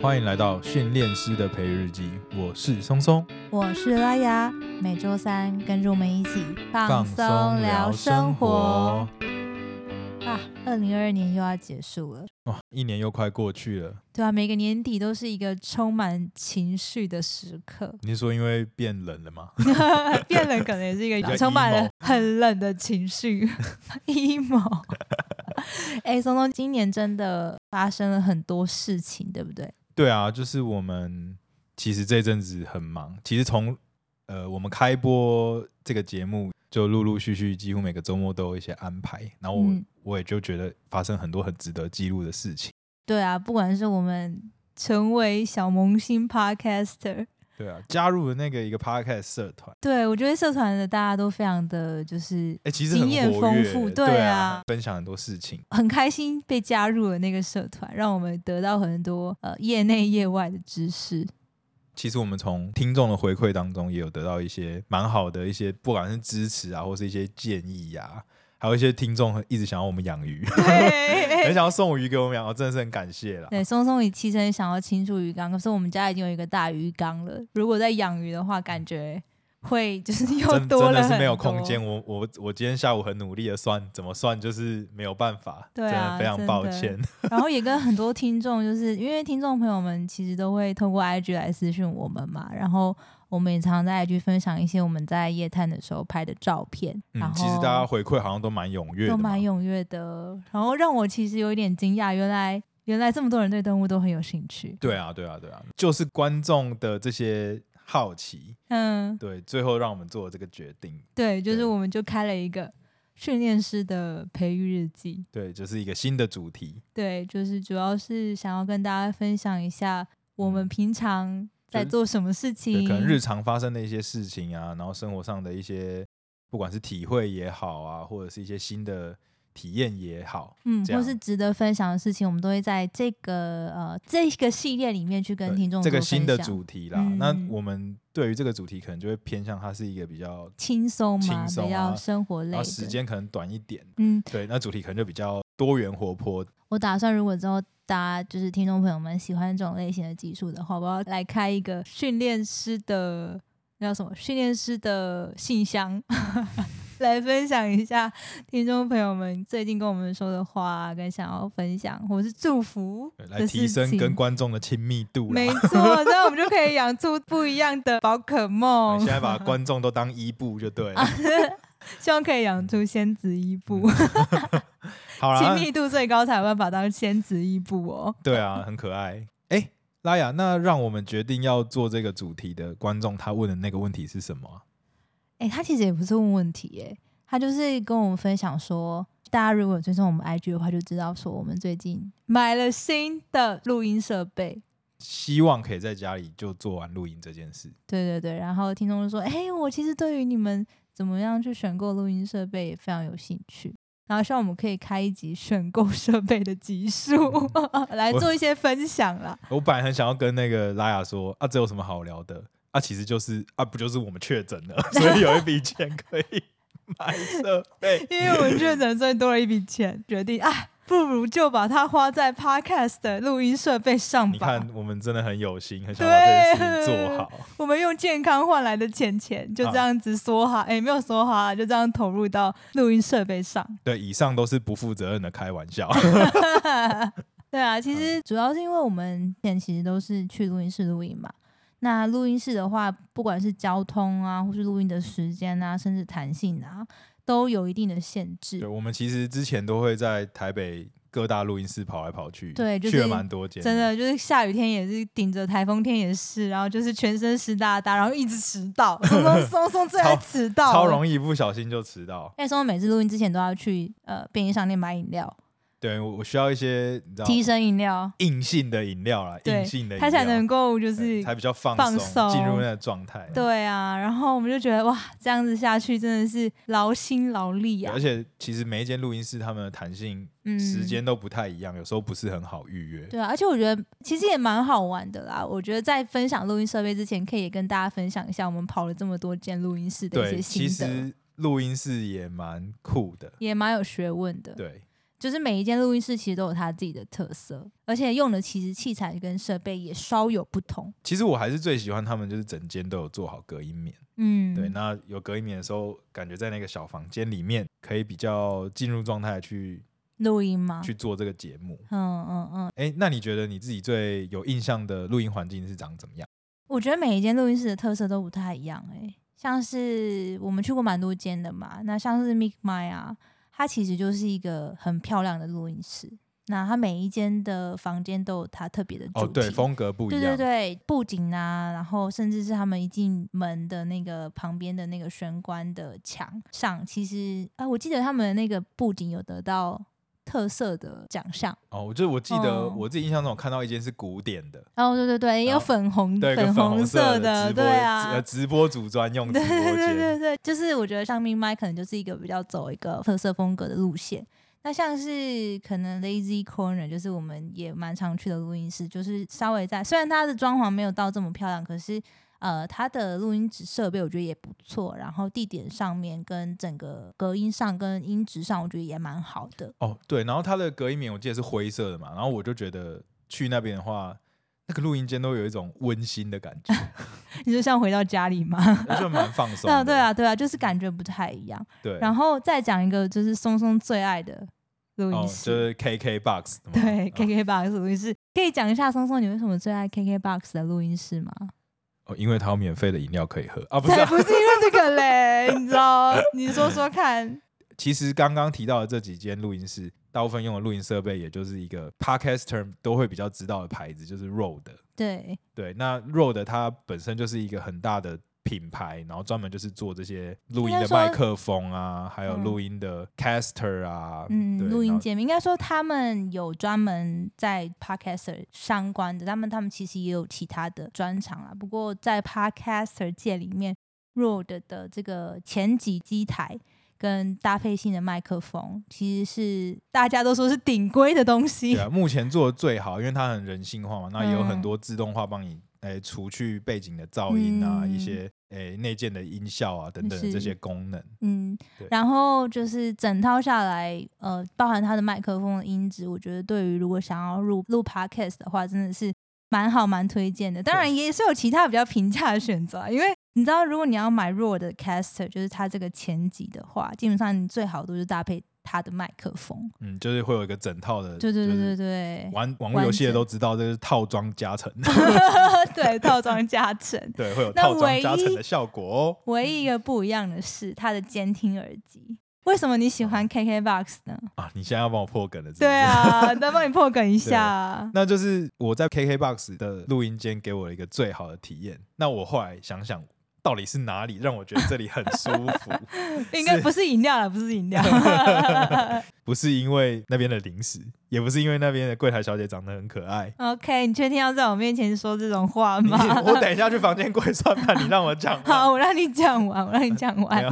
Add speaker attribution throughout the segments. Speaker 1: 欢迎来到训练师的培育日记，我是松松。
Speaker 2: 我是拉雅，每周三跟着我们一起放松聊生活啊！二零二二年又要结束了，
Speaker 1: 哇，一年又快过去了。，
Speaker 2: 对啊，每个年底都是一个充满情绪的时刻
Speaker 1: 你是说因为变冷了吗？
Speaker 2: 变冷可能也是一
Speaker 1: 比较
Speaker 2: 个充满
Speaker 1: emo
Speaker 2: 了很冷的情绪 ，emo。哎、松松，今年真的发生了很多事情，对不对？
Speaker 1: 对啊，就是我们其实这阵子很忙，其实从呃我们开播这个节目就陆陆续续，几乎每个周末都有一些安排，然后我、
Speaker 2: 嗯
Speaker 1: 我也就觉得发生很多很值得记录的事情。
Speaker 2: 对啊，不管是我们成为小萌新 podcaster，
Speaker 1: 对啊，加入了那个一个 podcast 社团，
Speaker 2: 对我觉得社团的大家都非常的就是
Speaker 1: 哎、其实很
Speaker 2: 经验
Speaker 1: 活
Speaker 2: 丰
Speaker 1: 跃
Speaker 2: 富
Speaker 1: 对
Speaker 2: 对
Speaker 1: 啊
Speaker 2: 啊，
Speaker 1: 分享很多事情。
Speaker 2: 很开心被加入了那个社团，让我们得到很多呃业内业外的 知识。
Speaker 1: 其实我们从听众的回馈当中，也有得到一些蛮好的一些，不管是支持啊，或是一些建议呀、还有一些听众很一直想要我们养鱼，很
Speaker 2: 对，
Speaker 1: 想要送鱼给我们养，我真的是很感谢啦。啊
Speaker 2: 对松松也其实很想要清除鱼缸，可是我们家已经有一个大鱼缸了。如果在养鱼的话，感觉会就是又
Speaker 1: 真
Speaker 2: 多
Speaker 1: 真
Speaker 2: 了
Speaker 1: 的是
Speaker 2: 很
Speaker 1: 没有空
Speaker 2: 多
Speaker 1: 间，。我我我今天下午很努力的算，怎么算就是没有办法，
Speaker 2: 对啊
Speaker 1: 真的非常抱歉。
Speaker 2: 然后也跟很多听众，就是因为听众朋友们其实都会透过 IG 来私讯我们嘛，然后我们也常常在 IG 分享一些我们在夜探的时候拍的照片。然
Speaker 1: 嗯，
Speaker 2: 后
Speaker 1: 其实大家回馈好像都蛮踊跃的
Speaker 2: 都
Speaker 1: 嘛
Speaker 2: 蛮，踊跃的，然后让我其实有一点惊讶，原来原来这么多人对动物都很有兴趣。
Speaker 1: 对啊，对啊，对啊，就是观众的这些好奇，
Speaker 2: 嗯，
Speaker 1: 对，最后让我们做了这个决定，
Speaker 2: 对，就
Speaker 1: 对
Speaker 2: 是我们就开了一个训练师的培育日记，
Speaker 1: 对，就是一个新的主题，
Speaker 2: 对，就是主要是想要跟大家分享一下我们平常在
Speaker 1: 嗯就是
Speaker 2: 做什么事
Speaker 1: 对，
Speaker 2: 情，
Speaker 1: 可能日常发生的一些事情啊，然后生活上的一些，不管是体会也好啊，或者是一些新的体验也好，
Speaker 2: 嗯，
Speaker 1: 这
Speaker 2: 或
Speaker 1: 样
Speaker 2: 是值得分享的事情，我们都会在这个呃这个系列里面去跟
Speaker 1: 对
Speaker 2: 听众
Speaker 1: 这个
Speaker 2: 做分
Speaker 1: 新的
Speaker 2: 享
Speaker 1: 主题啦，
Speaker 2: 嗯
Speaker 1: 那我们对于这个主题可能就会偏向它是一个比较，
Speaker 2: 轻松嘛，
Speaker 1: 轻松
Speaker 2: 比
Speaker 1: 啊
Speaker 2: 较生活类
Speaker 1: 然
Speaker 2: 的
Speaker 1: 后时间可能短一点，
Speaker 2: 嗯，
Speaker 1: 对，那主题可能就比较多元活泼，
Speaker 2: 我打算如果之后大家就是听众朋友们喜欢这种类型的技术的话，我要来开一个训练师的那叫什么？训练师的信箱， 来分享一下听众朋友们最近跟我们说的话啊、跟想要分享或是祝福
Speaker 1: 对来
Speaker 2: 的
Speaker 1: 提
Speaker 2: 事
Speaker 1: 升跟啊
Speaker 2: 情。
Speaker 1: 观众的亲密度啦
Speaker 2: 没。错，这样我们就可以养出不一样的宝可梦
Speaker 1: 现。在 把观众都当伊布就对了。
Speaker 2: 啊希望可以养出仙子伊布，
Speaker 1: 嗯好啊
Speaker 2: 亲
Speaker 1: 啦，
Speaker 2: 密度最高才有办法当仙子伊布哦。
Speaker 1: 对啊，很可爱。哎，拉雅，那让我们决定要做这个主题的观众，他问的那个问题是什么啊？
Speaker 2: 哎、他其实也不是问问题、哎，他就是跟我们分享说，大家如果有追踪我们 IG 的话，就知道说我们最近买了新的录音设备。
Speaker 1: 希望可以在家里就做完录音这件事。
Speaker 2: 对对对，然后听众就说：“哎、我其实对于你们怎么样去选购录音设备也非常有兴趣。”然后希望我们可以开一集选购设备的集数 来做一些分享啦。
Speaker 1: 我本来很想要跟那个拉雅说啊，这有什么好聊的？啊，其实就是啊，不就是我们确诊了， 所以有一笔钱可以买设备。
Speaker 2: 因为我确诊，所以多了一笔钱，决定哎，不如就把它花在 Podcast 的录音设备上吧。
Speaker 1: 你看，我们真的很有心，很想把这件事情做好。
Speaker 2: 我们用健康换来的钱钱，就这样子梭
Speaker 1: 啊
Speaker 2: 哈，哎、没有梭哈，就这样投入到录音设 备上。
Speaker 1: 对，以上都是不负责任的开玩 笑。
Speaker 2: 对啊，其
Speaker 1: 嗯
Speaker 2: 实主要是因为我们以前其实都是去录音室录音嘛。那录音室的话，不管是交通啊，或是录音的时间啊，甚至弹性啊，都有一定的限
Speaker 1: 对，
Speaker 2: 制。
Speaker 1: 我们其实之前都会在台北各大录音室跑来跑去，
Speaker 2: 对就是
Speaker 1: 去了蛮多间，
Speaker 2: 真的就是下雨天也是顶着台风天也是，然后就是全身湿哒哒，然后一直迟 到，松松松松最爱
Speaker 1: 超
Speaker 2: 迟到了，
Speaker 1: 超容易不小心就迟到。
Speaker 2: 因为松松每次录音之前都要去呃便利商店买饮料，
Speaker 1: 对我我需要一些你知道
Speaker 2: 提神饮料，
Speaker 1: 硬性的饮料啦，
Speaker 2: 对
Speaker 1: 硬性的饮料，
Speaker 2: 他才能够就
Speaker 1: 对
Speaker 2: 是
Speaker 1: 才比较放
Speaker 2: 放
Speaker 1: 松，进入
Speaker 2: 松
Speaker 1: 那个状态。
Speaker 2: 对啊，然后我们就觉得哇，这样子下去真的是劳心劳力
Speaker 1: 对
Speaker 2: 啊
Speaker 1: 而，且其实每一间录音室他们的弹性
Speaker 2: 嗯，
Speaker 1: 时间都不太一样，有时候不是很好预约。
Speaker 2: 对啊，而且我觉得其实也蛮好玩的啦。我觉得在分享录音设备之前，可以也跟大家分享一下我们跑了这么多间录音室的一
Speaker 1: 对，
Speaker 2: 些
Speaker 1: 其
Speaker 2: 心得，
Speaker 1: 实录音室也蛮酷的。
Speaker 2: 也蛮有学问的。
Speaker 1: 对，
Speaker 2: 就是每一间录音室其实都有它自己的特色，而且用的其实器材跟设备也稍有不同。
Speaker 1: 其实我还是最喜欢他们，就是整间都有做好隔音棉。
Speaker 2: 嗯，
Speaker 1: 对，那有隔音棉的时候，感觉在那个小房间里面可以比较进入状态地去
Speaker 2: 录音吗？
Speaker 1: 去做这个节目。
Speaker 2: 嗯嗯嗯，
Speaker 1: 哎，那你觉得你自己最有印象的录音环境是长怎么样？
Speaker 2: 我觉得每一间录音室的特色都不太一样诶、像是我们去过蛮多间的嘛，那像是 Mic My 啊，它其实就是一个很漂亮的录音室。那它每一间的房间都有它特别的主
Speaker 1: 哦，
Speaker 2: 题，
Speaker 1: 对，风格不一
Speaker 2: 对
Speaker 1: 样。
Speaker 2: 对对，布景啊，然后甚至是他们一进门的那个旁边的那个玄关的墙上，其实啊、呃我记得他们的那个布景有得到特色的奖项。
Speaker 1: 哦，我就我记得
Speaker 2: 嗯
Speaker 1: 我自己印象中，我看到一间是古典的，
Speaker 2: 哦，对对对，也有
Speaker 1: 然后
Speaker 2: 嗯粉红
Speaker 1: 对，一个
Speaker 2: 红
Speaker 1: 红色
Speaker 2: 的，
Speaker 1: 直播
Speaker 2: 对啊，
Speaker 1: 呃直播主专 用直
Speaker 2: 对
Speaker 1: 播
Speaker 2: 对对
Speaker 1: 间。
Speaker 2: 对对，就是我觉得像 Min m i 可能就是一个比较走一个特色风格的路线。那像是可能 Lazy Corner，就是我们也蛮常去的录音室，就是稍微在虽然它的装潢没有到这么漂亮，可是呃，它的录音设备我觉得也不错，然后地点上面跟整个隔音上跟音质上，我觉得也蛮好的。
Speaker 1: 哦，对，然后它的隔音棉我记得是灰色的嘛，然后我就觉得去那边的话，那个录音间都有一种温馨的感觉，
Speaker 2: 你就像回到家里吗？
Speaker 1: 我就蛮放松
Speaker 2: 对啊，
Speaker 1: 的。
Speaker 2: 对啊，对啊，就是感觉不太一样。
Speaker 1: 对，
Speaker 2: 然后再讲一个，就是松松最爱的录
Speaker 1: 哦，
Speaker 2: 音
Speaker 1: 就
Speaker 2: 室，
Speaker 1: 是 KK Box 的嘛
Speaker 2: 对
Speaker 1: 哦
Speaker 2: ，KKBOX 录音室，可以讲一下松松，你为什么最爱 KKBOX 的录音室吗？
Speaker 1: 哦，因为它有免费的饮料可以喝啊，不是
Speaker 2: 才
Speaker 1: 啊、
Speaker 2: 不是因为这个嘞，你 知道？你说说看，
Speaker 1: 其实刚刚提到的这几间录音室，大部分用的录音设备，也就是一个 podcaster 都会比较知道的牌子，就是 Rode。
Speaker 2: 对，
Speaker 1: 对，那 Rode 它本身就是一个很大的品牌，然后专门就是做这些录音
Speaker 2: 应该
Speaker 1: 的
Speaker 2: 说
Speaker 1: 麦克风啊，还有
Speaker 2: 嗯
Speaker 1: 录音的 caster 啊，对
Speaker 2: 嗯，录
Speaker 1: 然
Speaker 2: 音
Speaker 1: 后
Speaker 2: 界面应该说他们有专门在 podcaster 相关的，他们他们其实也有其他的专场啦。不过在 podcaster 界里面，Rode 的这个前几机台。跟搭配性的麦克风，其实是大家都说是顶规的东西。
Speaker 1: 对啊，目前做的最好，因为它很人性化嘛，那也有
Speaker 2: 嗯
Speaker 1: 很多自动化帮你诶、除去背景的噪音啊，
Speaker 2: 嗯
Speaker 1: 一些诶内、建的音效啊等等的
Speaker 2: 是
Speaker 1: 这些功能。
Speaker 2: 嗯
Speaker 1: 对，
Speaker 2: 然后就是整套下来，呃，包含它的麦克风的音质，我觉得对于如果想要入录 podcast 的话，真的是蛮好蛮推荐的。当然也是有其他比较平价的选择啊，因为你知道，如果你要买 RAW 的 caster，就是它这个前级的话，基本上你最好都是搭配它的麦克风。
Speaker 1: 嗯，就是会有一个整套的，
Speaker 2: 对对
Speaker 1: 就
Speaker 2: 对对
Speaker 1: 是
Speaker 2: 对，
Speaker 1: 玩网络游戏的
Speaker 2: 完整
Speaker 1: 都知道，这是套装加成，
Speaker 2: 对 套装加成。
Speaker 1: 对，会有
Speaker 2: 那
Speaker 1: 套
Speaker 2: 唯
Speaker 1: 装
Speaker 2: 一
Speaker 1: 加成的效果哦。
Speaker 2: 唯一一个不一样的是它的监听耳机。为什么你喜欢 KKBOX 呢？
Speaker 1: 啊，你现在要帮我破哦梗了，是不是
Speaker 2: 对，啊，再帮你破梗一下 啊。
Speaker 1: 那就是我在 KKBOX 的录音间给我一个最好的体验。那我后来想想，到底是哪里让我觉得这里很舒 服？
Speaker 2: 应该不是饮料了，不是饮料。
Speaker 1: 不是因为那边的零食，也不是因为那边的柜台小姐长得很可 爱。
Speaker 2: OK，你确定要在我面前说这种话
Speaker 1: 你
Speaker 2: 吗？
Speaker 1: 我等一下去房间跪算盘，你让我讲
Speaker 2: 好，
Speaker 1: 完。
Speaker 2: 我让你讲完，我让你讲
Speaker 1: 没
Speaker 2: 完
Speaker 1: 有。，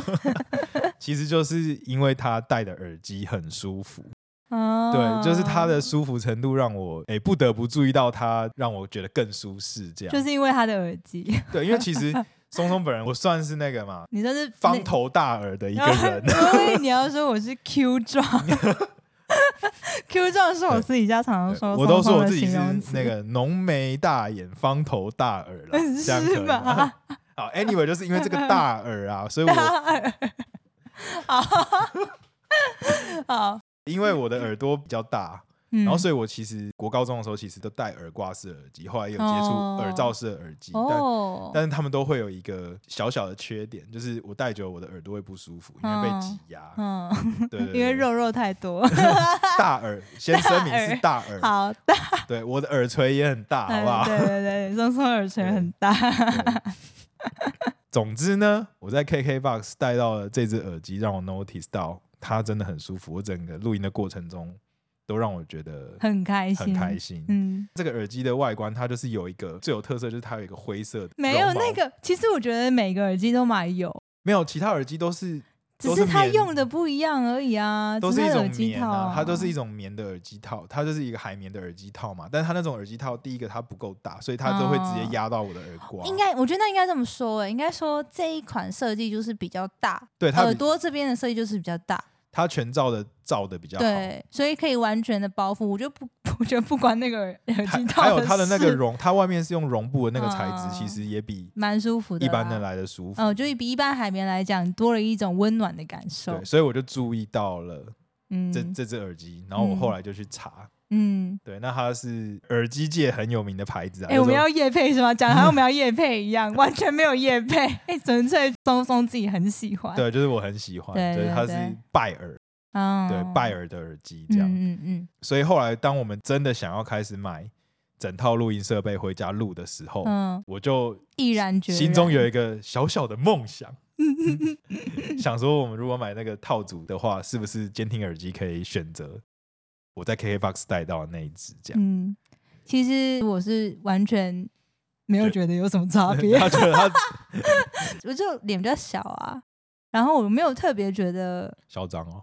Speaker 1: 其实就是因为他戴的耳机很舒服，
Speaker 2: 哦，
Speaker 1: 对，就是它的，舒服程度让我诶、不得不注意到它，让我觉得更舒适这样。
Speaker 2: 就是因为他的耳机，
Speaker 1: 对，因为其实松松本人我算是那个嘛，
Speaker 2: 你说是
Speaker 1: 方头大耳的一
Speaker 2: 一
Speaker 1: 个人。
Speaker 2: 所以你要说我是 Q 壮，Q 壮是我私底下常常
Speaker 1: 对
Speaker 2: 说，
Speaker 1: 我都说我自己是
Speaker 2: 松松的形容词
Speaker 1: 那，个浓眉大眼、方头大耳了，这样可以
Speaker 2: 嗯是
Speaker 1: 吗？
Speaker 2: 吧？
Speaker 1: 好，anyway，就是因为这个大耳啊，所以我
Speaker 2: 好，好，
Speaker 1: 因为我的耳朵比较大，
Speaker 2: 然
Speaker 1: 然后所以我其实国高中的时候其实都戴耳挂式耳机，后来有接触
Speaker 2: 哦
Speaker 1: 耳罩式的耳机，但
Speaker 2: 哦，
Speaker 1: 但是他们都会有一个小小的缺点，就是我戴久了我的耳朵会不舒服，因为被
Speaker 2: 嗯
Speaker 1: 挤压。
Speaker 2: 嗯，
Speaker 1: 对对对，
Speaker 2: 因为肉肉太多。
Speaker 1: 大耳，先声明是大耳，
Speaker 2: 好，嗯
Speaker 1: 对，我的耳垂也很大，好不好？
Speaker 2: 对对对，松松耳垂很大。
Speaker 1: 对 总之呢，我在 KKBOX 带到了这只耳机，让我 notice 到它真的很舒服。我整个录音的过程中，都让我觉得
Speaker 2: 很开心，
Speaker 1: 很开心。
Speaker 2: 嗯，
Speaker 1: 这个耳机的外观，它就是有一个最有特色，就是它有一个灰色的
Speaker 2: 没有
Speaker 1: 绒毛
Speaker 2: 那个，其实我觉得每个耳机都买有，
Speaker 1: 没有，其他耳机都是
Speaker 2: 只
Speaker 1: 都是
Speaker 2: 它
Speaker 1: 棉
Speaker 2: 用的不一样而已啊，
Speaker 1: 都
Speaker 2: 只
Speaker 1: 是一
Speaker 2: 它的
Speaker 1: 种
Speaker 2: 耳机
Speaker 1: 棉
Speaker 2: 套
Speaker 1: 啊，它都是一
Speaker 2: 种，
Speaker 1: 种棉的耳机套，它就是一个海绵的耳机套嘛。但是它那种耳机套，第一个它不够大，所以它都会直接压到我的耳瓜。
Speaker 2: 啊应该我觉得那应该这么说、欸，应该说这一款设计就是比较大，
Speaker 1: 对它
Speaker 2: 耳
Speaker 1: 比
Speaker 2: 朵这边的设计就是比较大，
Speaker 1: 他全照的照的比较好，
Speaker 2: 对，所以可以完全的包覆。我就不， 我觉得不管那个耳耳
Speaker 1: 还
Speaker 2: 机套
Speaker 1: 还有它的那个
Speaker 2: 事
Speaker 1: 绒，它外面是用绒布的那个材
Speaker 2: 嗯
Speaker 1: 质，其实也比
Speaker 2: 蛮舒服的，
Speaker 1: 一般的。来的舒服。
Speaker 2: 嗯，就比一般海绵来讲，多了一种温暖的感受
Speaker 1: 对，。所以我就注意到了
Speaker 2: 嗯，
Speaker 1: 这这只耳机，然后我后来就去查，
Speaker 2: 嗯，
Speaker 1: 对，那它是耳机界很有名的牌子啊。
Speaker 2: 哎、
Speaker 1: 就
Speaker 2: 我们
Speaker 1: 是
Speaker 2: 要夜配是吗？讲好像我们要夜配一样，完全没有夜配，哎、纯粹松松自己很喜欢。，
Speaker 1: 对，就是我很喜欢，
Speaker 2: 对
Speaker 1: 就是
Speaker 2: 对
Speaker 1: 它是
Speaker 2: 对
Speaker 1: 拜耳，
Speaker 2: 嗯，
Speaker 1: 对，拜耳的耳机这样。
Speaker 2: 嗯嗯嗯
Speaker 1: 所以后来当我们真的想要开始买整套录音设备回家录的时候，
Speaker 2: 嗯，
Speaker 1: 我就
Speaker 2: 毅然决然，
Speaker 1: 哦心中有一个小小的梦 想，想说我们如果买那个套组的话，是不是监听耳机可以选择我在 KKBOX 带到的那一只这样？
Speaker 2: 嗯，其实我是完全没有
Speaker 1: 就
Speaker 2: 觉得有什么差别，
Speaker 1: 他觉得他，
Speaker 2: 我就脸比较小啊，然后我没有特别觉得
Speaker 1: 嚣张哦，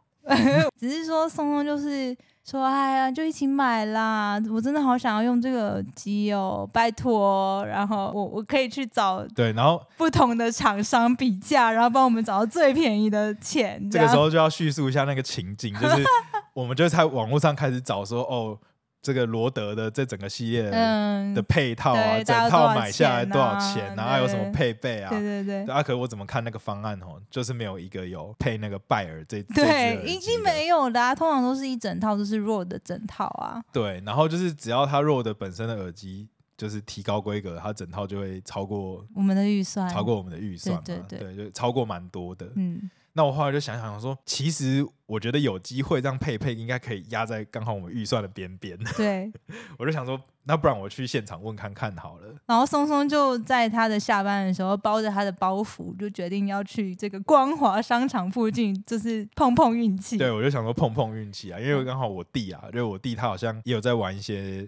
Speaker 2: 只是说松松就是说，哎呀，就一起买啦，我真的好想要用这个耳机哦，拜托哦、然后我我可以去找
Speaker 1: 对，然后
Speaker 2: 不同的厂商比价，然后帮我们找到最便宜的钱，
Speaker 1: 这
Speaker 2: 样
Speaker 1: 个时候就要叙述一下那个情景，就是我们就在网络上开始找说，哦，这个罗德的这整个系列的
Speaker 2: 嗯，
Speaker 1: 配套啊，
Speaker 2: 对大
Speaker 1: 整
Speaker 2: 概多少
Speaker 1: 套买下来多少钱
Speaker 2: 钱啊
Speaker 1: 啊，有什么
Speaker 2: 对
Speaker 1: 配备啊？
Speaker 2: 对对对。
Speaker 1: 对啊，可是我怎么看那个方案哦，就是没有一个有配那个拜耳这这只耳
Speaker 2: 对，
Speaker 1: 机
Speaker 2: 已经
Speaker 1: 的
Speaker 2: 没有啦、通常都是一整套，就是弱的整套啊。
Speaker 1: 对，然后就是只要它 RODE 本身的耳机就是提高规格，它整套就会超过
Speaker 2: 我们的预算
Speaker 1: 超过我们的预算嘛，
Speaker 2: 对对
Speaker 1: 就超过蛮多的。
Speaker 2: 嗯，
Speaker 1: 那我后来就想想说，其实我觉得有机会让佩佩应该可以压在刚好我们预算的边边，
Speaker 2: 对。
Speaker 1: 我就想说，那不然我去现场问看看好了。
Speaker 2: 然后松松就在他的下班的时候，包着他的包袱，就决定要去这个光华商场附近，就是嗯碰碰运气。
Speaker 1: 对，我就想说碰碰运气啊，因为刚好我弟啊，就是我弟他好像也有在玩一些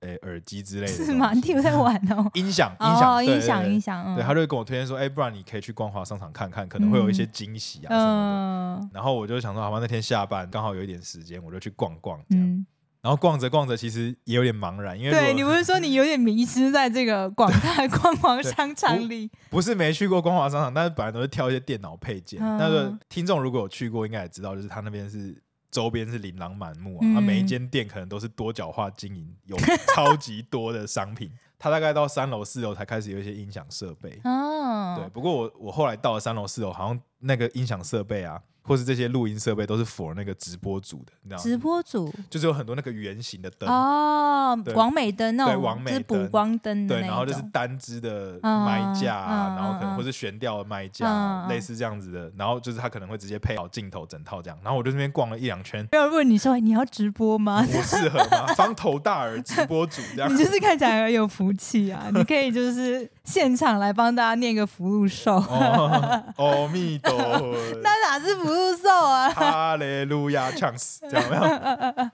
Speaker 1: 呃耳机之类的东西，
Speaker 2: 是吗？你有在玩哦？
Speaker 1: 音响 音响
Speaker 2: 哦，
Speaker 1: 对
Speaker 2: 音
Speaker 1: 对
Speaker 2: 响
Speaker 1: 对
Speaker 2: 音响，嗯
Speaker 1: 对，他就会跟我推荐说，哎、不然你可以去光华商场看看，可能会有一些惊喜啊什么的。
Speaker 2: 嗯
Speaker 1: 然后我就想说，好吧，那天下班刚好有一点时间，我就去逛逛这样。
Speaker 2: 嗯，
Speaker 1: 然后逛着逛着，其实也有点茫然，因为
Speaker 2: 对
Speaker 1: 如
Speaker 2: 你
Speaker 1: 果
Speaker 2: 不是说你有点迷失在这个广大光华商场里？
Speaker 1: 不是没去过光华商场，但是本来都是挑一些电脑配件。
Speaker 2: 嗯
Speaker 1: 那个听众如果有去过，应该也知道，就是他那边是周边是琳琅满目啊，
Speaker 2: 嗯
Speaker 1: 啊每一间店可能都是多角化经营，有超级多的商品。他大概到三楼、四楼才开始有一些音响设备。
Speaker 2: 哦，
Speaker 1: 对，不过我我后来到了三楼、四楼，好像那个音响设备啊，或是这些录音设备都是 for 那个直播组的，你知道
Speaker 2: 直
Speaker 1: 吗？
Speaker 2: 播组
Speaker 1: 就是有很多那个圆形的灯，
Speaker 2: 哦
Speaker 1: 对，
Speaker 2: 广美灯那
Speaker 1: 对网
Speaker 2: 种，
Speaker 1: 美
Speaker 2: 就是补
Speaker 1: 灯
Speaker 2: 光灯的
Speaker 1: 对，
Speaker 2: 那一
Speaker 1: 然后就是
Speaker 2: 种
Speaker 1: 单支的麦架啊，
Speaker 2: 嗯嗯
Speaker 1: 然后可能
Speaker 2: 嗯
Speaker 1: 或是悬吊的麦架、啊，
Speaker 2: 嗯嗯，
Speaker 1: 类似这样子的，然后就是他可能会直接配好镜头整套这样，然后我就这边逛了一两圈
Speaker 2: 没有人问你说哎你要直播吗？
Speaker 1: 我适合吗？方头大耳直播主这样
Speaker 2: 你。就是看起来很有福气 啊！你可以就是现场来帮大家念个福禄寿，
Speaker 1: 哦， 阿弥陀佛，
Speaker 2: 那哪是福禄寿啊？
Speaker 1: 哈利路亚，呛死，这样有没有？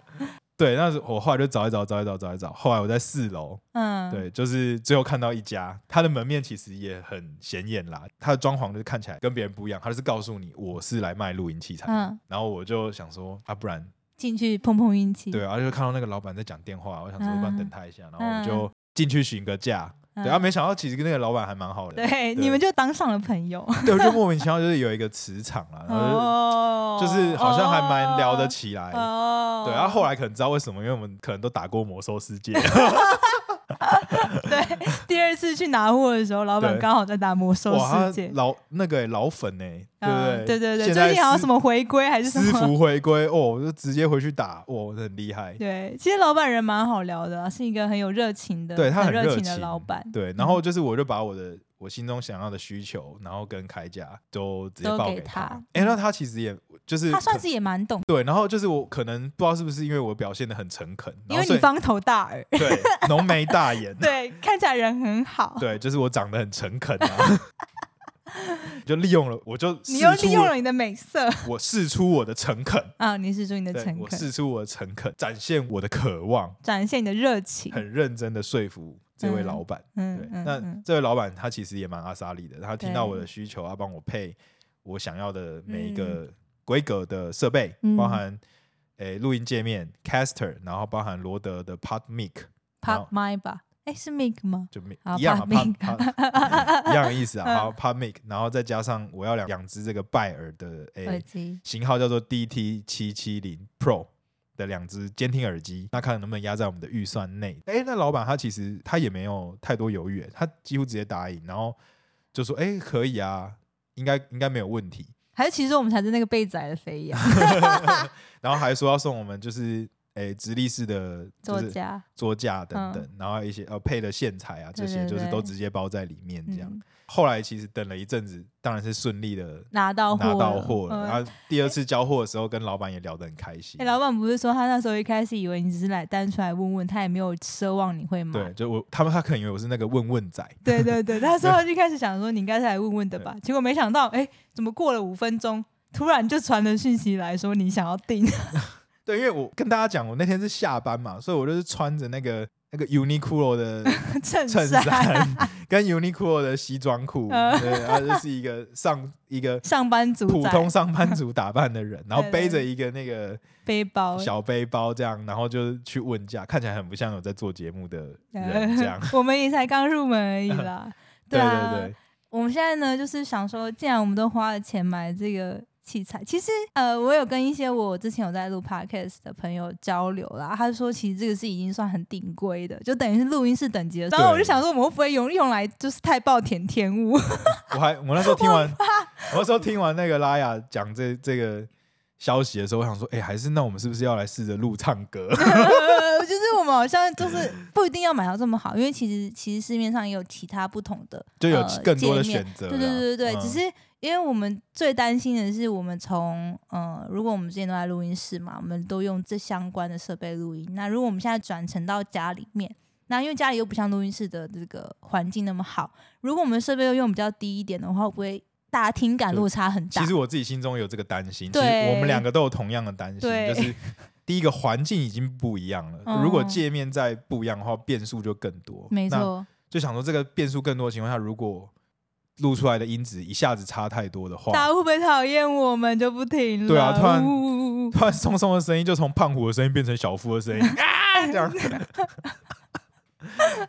Speaker 1: 对，那时候我后来就找一找，找一找，找一找，后来我在四楼，
Speaker 2: 嗯，，
Speaker 1: 对，就是最后看到一家，它的门面其实也很显眼啦，它的装潢就是看起来跟别人不一样，它就是告诉你我是来卖录音器材的。
Speaker 2: 嗯
Speaker 1: 然后我就想说啊，不然
Speaker 2: 进去碰碰运气。
Speaker 1: 对，啊，就看到那个老板在讲电话，我想说不然
Speaker 2: 嗯
Speaker 1: 等他一下，然后我
Speaker 2: 嗯
Speaker 1: 就进去询个价。
Speaker 2: 嗯
Speaker 1: 对啊，没想到其实跟那个老板还蛮好的，
Speaker 2: 对，你们就当上了朋友
Speaker 1: 对，就莫名其妙就是有一个磁场啦，然后
Speaker 2: 哦，
Speaker 1: 就就是好像还蛮聊得起来。
Speaker 2: 哦。
Speaker 1: 对，然后后来可能知道为什么，因为我们可能都打过魔兽世界，
Speaker 2: 对 第二次去拿货的时候，老板
Speaker 1: 对
Speaker 2: 刚好在打魔兽
Speaker 1: 哇，
Speaker 2: 世
Speaker 1: 他
Speaker 2: 界。
Speaker 1: 老那个欸老粉呢，对
Speaker 2: 嗯
Speaker 1: 不对？
Speaker 2: 对对对，
Speaker 1: 现在
Speaker 2: 最近好像
Speaker 1: 私
Speaker 2: 什么回归还是什
Speaker 1: 私
Speaker 2: 么？
Speaker 1: 服回归哦，我就直接回去打，哇，很厉害。
Speaker 2: 对，其实老板人蛮好聊的啊，是一个很有热情的，
Speaker 1: 对他
Speaker 2: 很
Speaker 1: 很热
Speaker 2: 情的
Speaker 1: 情
Speaker 2: 老板。嗯
Speaker 1: 对，然后就是我就把我的我心中想要的需求，然后跟开价都直接
Speaker 2: 都
Speaker 1: 报
Speaker 2: 给
Speaker 1: 他
Speaker 2: 他。嗯
Speaker 1: 哎、那他其实也就是
Speaker 2: 他算
Speaker 1: 可
Speaker 2: 是也蛮懂，
Speaker 1: 对，然后就是我可能不知道是不是因为我表现的很诚恳，然后
Speaker 2: 因为
Speaker 1: 所
Speaker 2: 你
Speaker 1: 以
Speaker 2: 方头大 耳。
Speaker 1: 对浓眉大眼，
Speaker 2: 对，看起来人很好。
Speaker 1: 对，就是我长得很诚恳 啊，就利用了，我就
Speaker 2: 你
Speaker 1: 试
Speaker 2: 又
Speaker 1: 出
Speaker 2: 利用
Speaker 1: 我
Speaker 2: 了你的美色
Speaker 1: 我试出我的诚恳，
Speaker 2: 啊！你是说你的
Speaker 1: 对
Speaker 2: 诚
Speaker 1: 我
Speaker 2: 恳，
Speaker 1: 试出我的诚恳，展现我的渴望，
Speaker 2: 展现你的热情。
Speaker 1: 很认真的说服这位
Speaker 2: 嗯
Speaker 1: 老板。对
Speaker 2: 嗯，嗯
Speaker 1: 那
Speaker 2: 嗯
Speaker 1: 这位老板他其实也蛮阿莎利的，他听到
Speaker 2: 对
Speaker 1: 我的需求，他帮我配我想要的每一个规格的设备，
Speaker 2: 嗯
Speaker 1: 包含诶录音界面 Caster，然后包含罗德的 Pod Mic，然
Speaker 2: ，Pop
Speaker 1: 后
Speaker 2: My 吧，哎，是 Make 吗？
Speaker 1: 就 make
Speaker 2: 好嗯
Speaker 1: 一样啊，
Speaker 2: 怕 make
Speaker 1: 怕怕一样的意思啊，好怕 make，然后再加上我要两两只这个拜耳的
Speaker 2: 耳
Speaker 1: 诶
Speaker 2: 机
Speaker 1: 型号叫做 DT 七七零 Pro 的两只监听耳机，那看能不能压在我们的预算内。诶，那老板他其实他也没有太多犹豫，他几乎直接答应，然后就说诶，可以啊，应该应该没有问题。
Speaker 2: 还是其实我们才是那个被宰的飞扬
Speaker 1: 然后还说要送我们就是诶直立式的 就
Speaker 2: 作
Speaker 1: 是
Speaker 2: 家，
Speaker 1: 桌架等等，然后还有一些呃配的线材啊这
Speaker 2: 对
Speaker 1: 些
Speaker 2: 嗯对
Speaker 1: 就是都
Speaker 2: 对
Speaker 1: 直接包在里面这样。
Speaker 2: 嗯
Speaker 1: 后来其实等了一阵子，当然是顺利的
Speaker 2: 拿到
Speaker 1: 拿到
Speaker 2: 了
Speaker 1: 货了。啊
Speaker 2: 嗯
Speaker 1: 然后第二次交货的时候，跟老板也聊得很开心
Speaker 2: 哎、。老板不是说他那时候一开始以为你只是来单纯来问问，他也没有奢望你会买。
Speaker 1: 对，就我他们他可能以为我是那个问问仔，
Speaker 2: 对 对对，他说他就开始想说你应该是来问问的吧，结果没想到，哎、怎么过了五分钟，突然就传了讯息来说你想要订，
Speaker 1: 对，因为我跟大家讲，我那天是下班嘛，所以我就是穿着那个那个 Uniqlo 的
Speaker 2: 衬
Speaker 1: 衬
Speaker 2: 衫。
Speaker 1: 衫 跟 Uniqlo 的西装裤，
Speaker 2: 嗯
Speaker 1: 对，然后就是一个上一个
Speaker 2: 上班族
Speaker 1: 普
Speaker 2: 仔
Speaker 1: 通上班族打扮的人，然后
Speaker 2: 对对
Speaker 1: 背着一个那个
Speaker 2: 背包，
Speaker 1: 小背包这样，然后就去问价，看起来很不像有在做节目的
Speaker 2: 呃
Speaker 1: 人这样。
Speaker 2: 我们也才刚入门而已 啦。
Speaker 1: 对
Speaker 2: 啊，
Speaker 1: 对对，
Speaker 2: 我们现在呢，就是想说，既然我们都花了钱买这个器材，其实呃，我有跟一些我之前有在录 podcast 的朋友交流啦，他说其实这个是已经算很顶规的，就等于是录音室等级的。然后我就想说，我们会不会用用来就是太暴殄天物？
Speaker 1: 我还我那时候听完，我那时候听完那个拉雅讲这这个消息的时候，我想说，哎、还是那我们是不是要来试着录唱歌？
Speaker 2: 就是我们好像就是不一定要买到这么好，因为其实其实市面上也有其他不同的，
Speaker 1: 就有
Speaker 2: 呃
Speaker 1: 更多的
Speaker 2: 界面
Speaker 1: 选择啦、
Speaker 2: 对对对对，
Speaker 1: 嗯
Speaker 2: 只是因为我们最担心的是，我们从呃，如果我们之前都在录音室嘛，我们都用这相关的设备录音。那如果我们现在转成到家里面，那因为家里又不像录音室的这个环境那么好，如果我们设备又用比较低一点的话，会不会大家听感落差很大
Speaker 1: 其？实我自己心中有这个担心，其
Speaker 2: 对
Speaker 1: 实我们两个都有同样的担心，
Speaker 2: 对
Speaker 1: 就是第一个环境已经不一样了，
Speaker 2: 嗯
Speaker 1: 如果界面再不一样的话，变数就更多。
Speaker 2: 没
Speaker 1: 那
Speaker 2: 错，
Speaker 1: 就想说这个变数更多的情况下，如果录出来的音质一下子差太多的话，
Speaker 2: 大家会不会讨厌我们就不听了？
Speaker 1: 对啊突然
Speaker 2: 呜 呜呜呜
Speaker 1: 突然松松的声音就从胖虎的声音变成小夫的声 音啊，这样。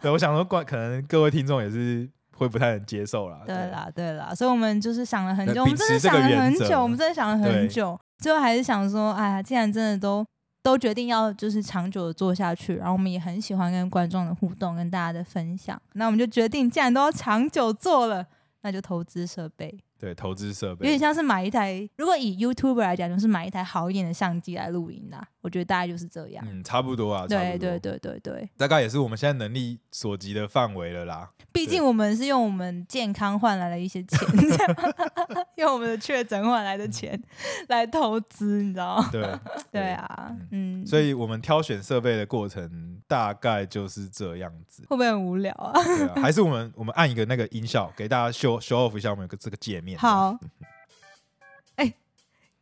Speaker 1: 对，我想说，怪可能各位听众也是会不太能接受啦。
Speaker 2: 对，啦，对啦，所以我们就是想了很久，
Speaker 1: 那
Speaker 2: 我们真的想了
Speaker 1: 啊秉持这个
Speaker 2: 很
Speaker 1: 原
Speaker 2: 久，
Speaker 1: 则
Speaker 2: 我们真的想了很
Speaker 1: 对
Speaker 2: 久，最后还是想说，哎呀，既然真的都都决定要就是长久的做下去，然后我们也很喜欢跟观众的互动，跟大家的分享，那我们就决定，既然都要长久做了。那就投资设备，
Speaker 1: 对，投资设
Speaker 2: 有点
Speaker 1: 备，
Speaker 2: 像是买一台，如果以 YouTuber 来讲，就是买一台好一点的相机来录影啦。我觉得大概就是这样。
Speaker 1: 嗯，差不多啊，差
Speaker 2: 对
Speaker 1: 不多
Speaker 2: 对，对对对，
Speaker 1: 大概也是我们现在能力所及的范围了 啦。
Speaker 2: 毕
Speaker 1: 对
Speaker 2: 竟我们是用我们健康换来了一些钱， 用我们的确诊换来的钱来投资，你知道吗？
Speaker 1: 嗯对
Speaker 2: 对，啊，嗯，
Speaker 1: 所
Speaker 2: 以
Speaker 1: 以我们挑选设备的过程大概就是这样 子。
Speaker 2: 会不会很无聊啊？
Speaker 1: 对啊，还是我们我们按一个那个音效给大家 show show off 一下我们有个这个界面。哦
Speaker 2: 好，哎、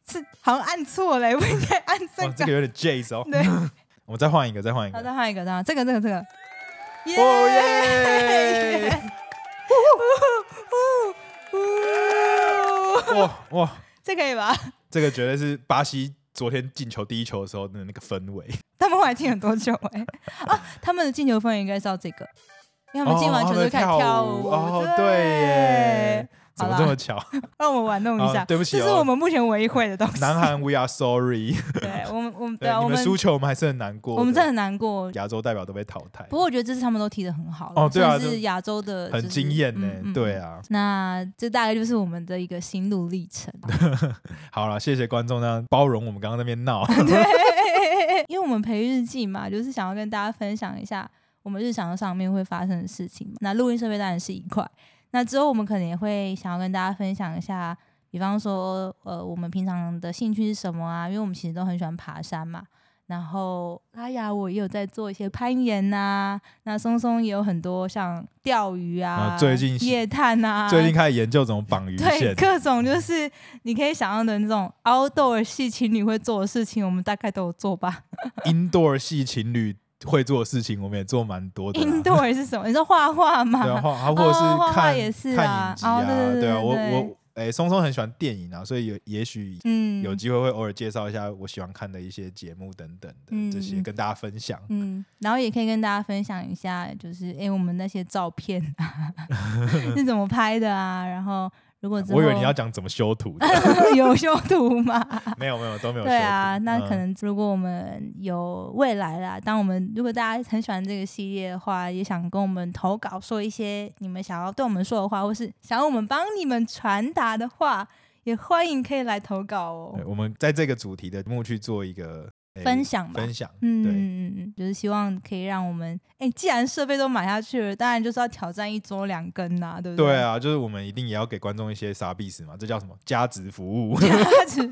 Speaker 2: 是好像按错了，我应该按这
Speaker 1: 哇，
Speaker 2: 个。
Speaker 1: 哦这个有点 jazz 哦。
Speaker 2: 对，
Speaker 1: 我们再换一个，再换一个
Speaker 2: 好，。再换一个，再换这个，这个，这个，耶、
Speaker 1: 哦 耶！
Speaker 2: 呜
Speaker 1: 哇哇，
Speaker 2: 这可以吧？
Speaker 1: 这个绝对是巴西昨天进球第一球的时候的那个氛围。
Speaker 2: 他们后来进了多久、哎，啊，他们的进球氛围应该是要这个，因为 他们进完球就开始跳舞。
Speaker 1: 哦，对耶，，怎么这么巧？
Speaker 2: 让我们玩弄一下。
Speaker 1: 哦对不起
Speaker 2: 这是
Speaker 1: 哦
Speaker 2: 我们目前唯一会的东西。
Speaker 1: 南韩，We are sorry。
Speaker 2: 对我们，我 们对
Speaker 1: 对，
Speaker 2: 啊，我
Speaker 1: 你
Speaker 2: 们
Speaker 1: 们输球，我们还是很难过。
Speaker 2: 我们真的很难过。
Speaker 1: 亚洲代表都被淘汰
Speaker 2: 不，过我觉得这次他们都踢得很好了
Speaker 1: 哦对啊
Speaker 2: 算
Speaker 1: 这
Speaker 2: 是亚洲的
Speaker 1: 很
Speaker 2: 就是
Speaker 1: 惊艳
Speaker 2: 嗯嗯
Speaker 1: 呢。对啊，
Speaker 2: 那这大概就是我们的一个心路历程，
Speaker 1: 好了，谢谢观众呢包容我们刚刚那边 闹。
Speaker 2: 对， 因为我们培育日记嘛，就是想要跟大家分享一下我们日常上面会发生的事情嘛。那录音设备当然是一块，那之后我们可能也会想要跟大家分享一下，比方说呃，我们平常的兴趣是什么啊？因为我们其实都很喜欢爬山嘛。然后拉雅我也有在做一些攀岩呐、那松松也有很多像钓鱼啊，
Speaker 1: 啊最近是
Speaker 2: 夜探啊呐、
Speaker 1: 最近开始研究怎么绑鱼
Speaker 2: 对
Speaker 1: 线，
Speaker 2: 各种就是你可以想象的那种 outdoor 系情侣会做的事情，我们大概都有 做吧。
Speaker 1: indoor 系情侣会做的事情，我们也做蛮多的啦。
Speaker 2: indoor 是什么？你说画
Speaker 1: 对啊，
Speaker 2: 画 吗？
Speaker 1: 画啊，或者
Speaker 2: 哦画画
Speaker 1: 是看
Speaker 2: 也是啊
Speaker 1: 看影集
Speaker 2: 哦对对对
Speaker 1: 啊，对啊，我
Speaker 2: 对对
Speaker 1: 我哎、哎、松松很喜欢电影啊，所以有也许
Speaker 2: 嗯，
Speaker 1: 有机会会偶尔介绍一下我喜欢看的一些节目等等的这
Speaker 2: 嗯
Speaker 1: 些
Speaker 2: 嗯
Speaker 1: 跟大家分享。
Speaker 2: 嗯，然后也可以跟大家分享一下，就是诶，我们那些照片啊 是怎么拍的啊？然后如果之后
Speaker 1: 我以为你要讲怎么修图的，
Speaker 2: 有修图嘛？
Speaker 1: 没有没有都没有修图。
Speaker 2: 对啊，那可
Speaker 1: 嗯
Speaker 2: 能如果我们有未来啦，当我们如果大家很喜欢这个系列的话，也想跟我们投稿，说一些你们想要对我们说的话，或是想要我们帮你们传达的话，也欢迎可以来投稿哦
Speaker 1: 对，我们在这个主题的目去做一个、哎
Speaker 2: 分享吧。
Speaker 1: 分享。
Speaker 2: 嗯
Speaker 1: 对，
Speaker 2: 嗯嗯，就是希望可以让我们，哎、既然设备都买下去了，当然就是要挑战一周两更呐、对不
Speaker 1: 对
Speaker 2: 对
Speaker 1: 啊，就是我们一定也要给观众一些啥意思嘛，这叫什么价值服务？
Speaker 2: 价值，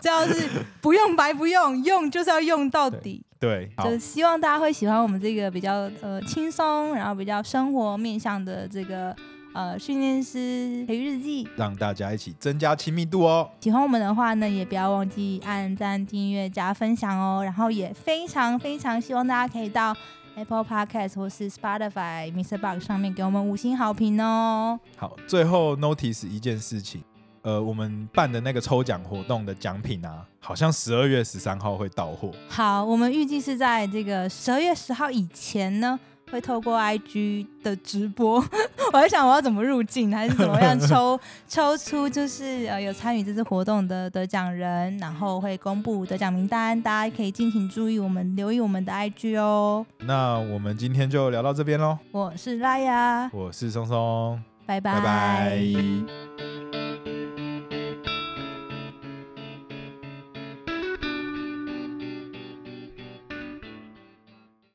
Speaker 2: 这要是不用白不用，用就是要用到底。
Speaker 1: 对，好
Speaker 2: 就，是希望大家会喜欢我们这个比较呃轻松，然后比较生活面向的这个呃训练师培育日记。
Speaker 1: 让大家一起增加亲密度哦。
Speaker 2: 喜欢我们的话呢，也不要忘记按赞、订阅、加分享哦。然后也非常非常希望大家可以到 Apple Podcast 或是 Spotify、Mr. Box 上面给我们五星好评哦。
Speaker 1: 好，最后 notice 一件事情，呃，我们办的那个抽奖活动的奖品啊，好像十二月十三号会到货。
Speaker 2: 好，我们预计是在这个十二月十号以前呢。会透过 IG 的直播， 我在想我要怎么入境，还是怎么样 抽抽出就是呃有参与这次活动的得奖人，然后会公布得奖名单，大家可以敬请注意我们留意我们的 IG 哦。
Speaker 1: 那我们今天就聊到这边喽，
Speaker 2: 我是拉雅，
Speaker 1: 我是松松，
Speaker 2: 拜拜
Speaker 1: 拜拜